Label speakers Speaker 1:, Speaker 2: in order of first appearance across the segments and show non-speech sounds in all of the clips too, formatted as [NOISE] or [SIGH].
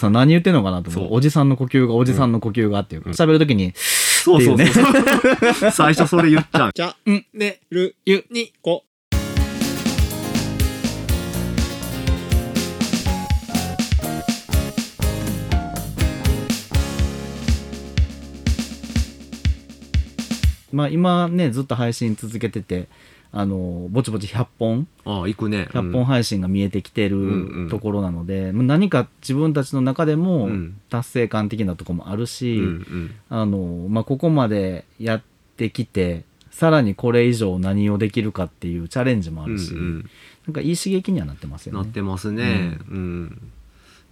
Speaker 1: その何言ってんのかなと思っ
Speaker 2: そ
Speaker 1: て、
Speaker 2: う
Speaker 1: おじさんの呼吸が、おじさんの呼吸がっていうか、喋るときに、
Speaker 2: そうそうそうそう。 [LAUGHS] 最初それ言っちゃう。
Speaker 3: チャ
Speaker 1: うん
Speaker 3: ネル
Speaker 1: ゆ、
Speaker 3: ニコ
Speaker 1: まあ今ね、ずっと配信続けてて、あの、ぼちぼち100本、
Speaker 2: ああ、行くね。うん
Speaker 1: 100本配信が見えてきて
Speaker 2: うんうん
Speaker 1: るところなので、もう何か自分たちの中で
Speaker 2: う
Speaker 1: も
Speaker 2: ん
Speaker 1: 達成感的なとこもあるし、
Speaker 2: うんうん
Speaker 1: あの、まあ、ここまでやってきて、さらにこれ以上何をできるかっていうチャレンジもあ
Speaker 2: うんう
Speaker 1: るし、
Speaker 2: ん。
Speaker 1: なんかいい刺激にはなってますよね。
Speaker 2: なってますね。うん。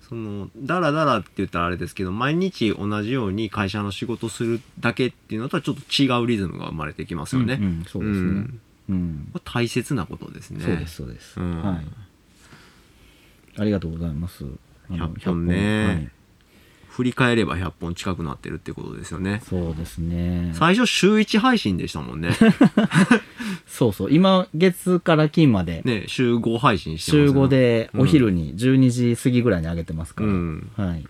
Speaker 2: その、だらだらって言ったらあれですけど、毎日同じように会社の仕事するだけっていうのとはちょっと違うリズムが生まれてきますよ
Speaker 1: うんう
Speaker 2: ね。
Speaker 1: んそうですね。
Speaker 2: う
Speaker 1: うんん。
Speaker 2: これ大切なことですね。
Speaker 1: そうです、そうです。
Speaker 2: うん
Speaker 1: はい。ありがとうございます。あの
Speaker 2: 100本ね振り返れば100本近くなってるってことですよね
Speaker 1: 100。本はいそうですね。
Speaker 2: 最初週1配信でした
Speaker 1: [LAUGHS]
Speaker 2: もんね。
Speaker 1: そうそう。今、月から金まで、
Speaker 2: ね、週5配信してます
Speaker 1: 週
Speaker 2: よ
Speaker 1: 5。で
Speaker 2: うん
Speaker 1: お昼に12時過ぎぐらいに上げてますか
Speaker 2: う
Speaker 1: ら。
Speaker 2: ん。
Speaker 1: はい。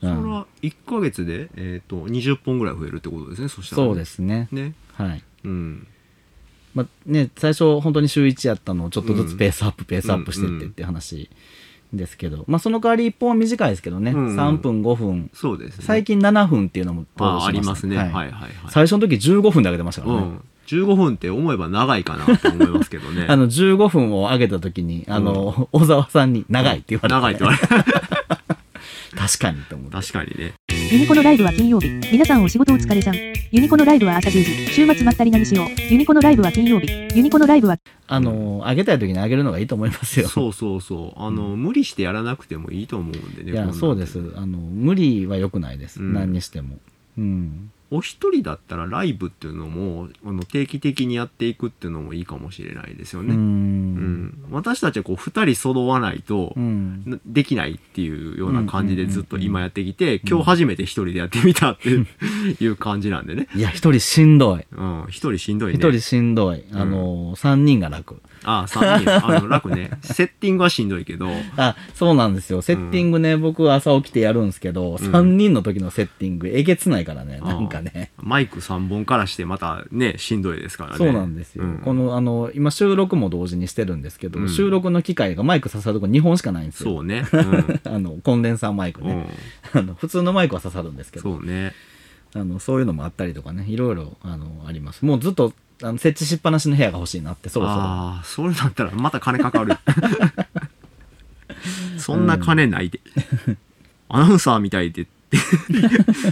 Speaker 2: それ
Speaker 1: うん
Speaker 2: は1ヶ月で、えっ、と、20本ぐらい増えるってことですね、そしたら、
Speaker 1: そうですね。
Speaker 2: ね。
Speaker 1: はい。
Speaker 2: うん。
Speaker 1: まあね、最初本当に週1やったのをちょっとずつペースアップ、ペースアップして
Speaker 2: う
Speaker 1: っ
Speaker 2: んう
Speaker 1: て
Speaker 2: ん
Speaker 1: って話ですけど、まあその代わり1本は短いですけどね、
Speaker 2: うんうん
Speaker 1: 3分5分
Speaker 2: そうですね。
Speaker 1: 最近7分っていうのも登
Speaker 2: あ
Speaker 1: 録しました
Speaker 2: ありますね。はいはいはい。
Speaker 1: 最初の時15分で上げてましたか
Speaker 2: う
Speaker 1: らね、
Speaker 2: ん。15分って思えば長いかなと思いますけどね
Speaker 1: [LAUGHS] 。あの15分を上げた時にあの、小沢さんに「長い」って言われて、
Speaker 2: 長いって言わ [LAUGHS] れ
Speaker 1: [LAUGHS] 確かにと思って
Speaker 2: 確かにね。
Speaker 4: ユニコのライブは金曜日。皆さんお仕事お疲れさん。ユニコのライブは朝10時。週末まったり何しよう。ユニコのライブは金曜日。ユニコのライブは
Speaker 1: あの上げたい時に上げるのがいいと思いますよ
Speaker 2: そうそうそう。あの、無理してやらなくてもいいと思うんでね。
Speaker 1: い
Speaker 2: こんな
Speaker 1: や
Speaker 2: んて
Speaker 1: そうですあの無理は良くないです、
Speaker 2: うん
Speaker 1: 何にしてもうん
Speaker 2: お一人だったらライブっていうのもあの定期的にやっていくっていうのもいいかもしれないですよ
Speaker 1: う
Speaker 2: ね。うん
Speaker 1: ん
Speaker 2: 私たちはこう二人揃わないと、
Speaker 1: うん
Speaker 2: なできないっていうような感じでずっと
Speaker 1: うんうんうんうん
Speaker 2: 今やってきて、今日初めて一人でやってみたっていういう感じなんでね。
Speaker 1: いや一人しんどい
Speaker 2: うん、一人しんどいね。
Speaker 1: 一人しんどい。あの、三人が楽。
Speaker 2: ああ、3人。あの、楽
Speaker 1: [LAUGHS]
Speaker 2: ね。セッティングはしんどいけど、
Speaker 1: あ、そうなんですよ。セッティングね、僕朝起きてやるんですけど、三人の時のセッティング、えげつないからね、
Speaker 2: あー
Speaker 1: なんかね。
Speaker 2: マイク3本からしてまたね、しんどいですからね。
Speaker 1: そうなんですよ。
Speaker 2: うん
Speaker 1: この、あの、今収録も同時にしてるんですけど、
Speaker 2: うん
Speaker 1: 収録の機械がマイク刺さるとこ2本しかないんですよ。
Speaker 2: そ
Speaker 1: [LAUGHS]
Speaker 2: うね。うん
Speaker 1: あの、コンデンサーマイク
Speaker 2: う
Speaker 1: ね。
Speaker 2: ん。
Speaker 1: [LAUGHS] あの普通のマイクは刺さるんですけど、
Speaker 2: そうね。
Speaker 1: あのそういうのもあったりとかね、いろいろ、あの、あります。もうずっと、あの設置しっぱなしの部屋が欲しいなって、そろそろ。
Speaker 2: ああ、それだったらまた金かか
Speaker 1: [LAUGHS]
Speaker 2: る。そんな金ないで。アナウンサーみたいでって [LAUGHS]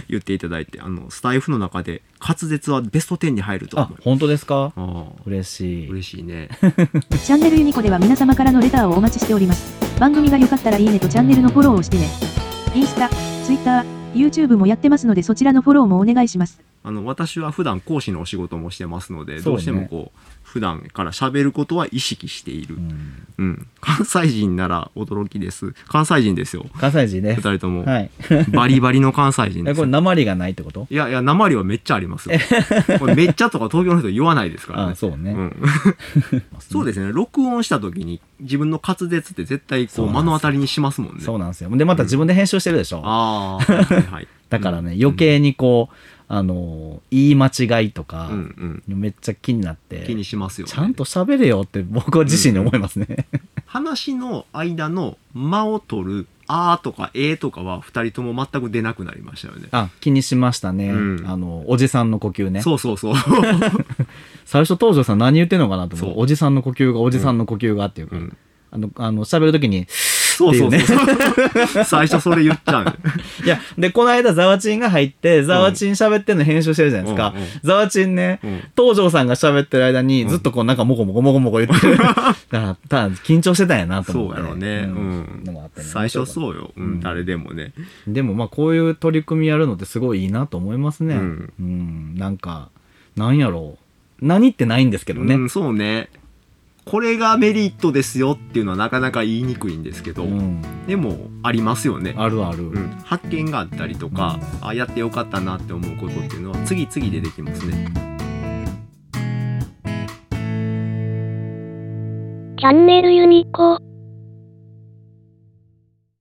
Speaker 2: 言っていただいて、あの、スタイフの中で滑舌はベスト10に入ると
Speaker 1: あ
Speaker 2: 思う、。
Speaker 1: 本当ですか
Speaker 2: ああ
Speaker 1: 嬉しい。
Speaker 2: 嬉しいね。
Speaker 4: チャンネルユニコでは皆様からのレターをお待ちしております。番組が良かったらいいねとチャンネルのフォローをしてね。インスタ、ツイッター、YouTube もやってますのでそちらのフォローもお願いします。
Speaker 2: あの、私は普段講師のお仕事もしてますので、
Speaker 1: そうね
Speaker 2: どうしてもこう、普段から喋ることは意識している
Speaker 1: う。ん
Speaker 2: うん。関西人なら驚きです。関西人ですよ。
Speaker 1: 関西人
Speaker 2: 二
Speaker 1: ね。
Speaker 2: 人とも。
Speaker 1: はい。
Speaker 2: バリバリの関西人
Speaker 1: え、
Speaker 2: です
Speaker 1: これ、。鉛がないってこと
Speaker 2: いやいや、鉛はめっちゃあ
Speaker 1: [LAUGHS]
Speaker 2: りますよ。これめっちゃとか東京の人言わないですから
Speaker 1: あ
Speaker 2: ね。
Speaker 1: そうね。
Speaker 2: うん、 [LAUGHS] そうですすね録音した時に自分の滑舌って絶対こ
Speaker 1: そううなんです
Speaker 2: 目
Speaker 1: よ
Speaker 2: の当たりにしますもんね
Speaker 1: そうなんですよ。で、また自分で編集してるでしょ。
Speaker 2: ああはいはい
Speaker 1: [LAUGHS] だからね、余計にこう、あのー、言い間違いとか、
Speaker 2: うん
Speaker 1: めっちゃ気になっ
Speaker 2: う
Speaker 1: て、
Speaker 2: ん気にしますよ、ね、
Speaker 1: ちゃんと喋れよって僕は自身に思いますね。
Speaker 2: 話の間の間を取る「あ」とか「え」とかは二人とも全く出なくなりましたよね
Speaker 1: [LAUGHS] あ、気にしましたね。
Speaker 2: うん
Speaker 1: あの、おじさんの呼吸ね。
Speaker 2: そうそうそう
Speaker 1: 最初、東條さん何言ってんのかなと思っ
Speaker 2: そ
Speaker 1: て
Speaker 2: う
Speaker 1: おじさんの呼吸が、おじさんの呼吸がっていうか、
Speaker 2: うん
Speaker 1: あの、あの、喋るときに、
Speaker 2: そうそうそうそう [LAUGHS] 最初それ言っちゃうね
Speaker 1: いや、で、この間、ザワチンが入って、ザワチン喋ってんの編集してるじゃないですか。
Speaker 2: うんうん
Speaker 1: ザワチンね、
Speaker 2: うん
Speaker 1: 東條さんが喋ってる間に、ずっとこう、なんか、もこもこもこもこ言って
Speaker 2: [LAUGHS]
Speaker 1: る。だから、ただ、緊張してたんやなと
Speaker 2: [LAUGHS] そ
Speaker 1: 思
Speaker 2: う
Speaker 1: っ
Speaker 2: や
Speaker 1: て、
Speaker 2: ろうねう
Speaker 1: うん
Speaker 2: ん、
Speaker 1: のもあってね
Speaker 2: 最初そうよ、うん、誰でもね
Speaker 1: でも、まあ、こういう取り組みやるのってすごいいいなと思いますね。
Speaker 2: う
Speaker 1: うんん。なんか、なんやろう。何ってないんですけどね。
Speaker 2: うん、そうねこれがメリットですよっていうのはなかなか言いにくいんですけど、
Speaker 1: うん。
Speaker 2: でもありますよね
Speaker 1: あるある。
Speaker 2: うん、発見があったりとか、あやってよかったなって思うことっていうのは次々出てきますね
Speaker 5: チャンネルユニコ。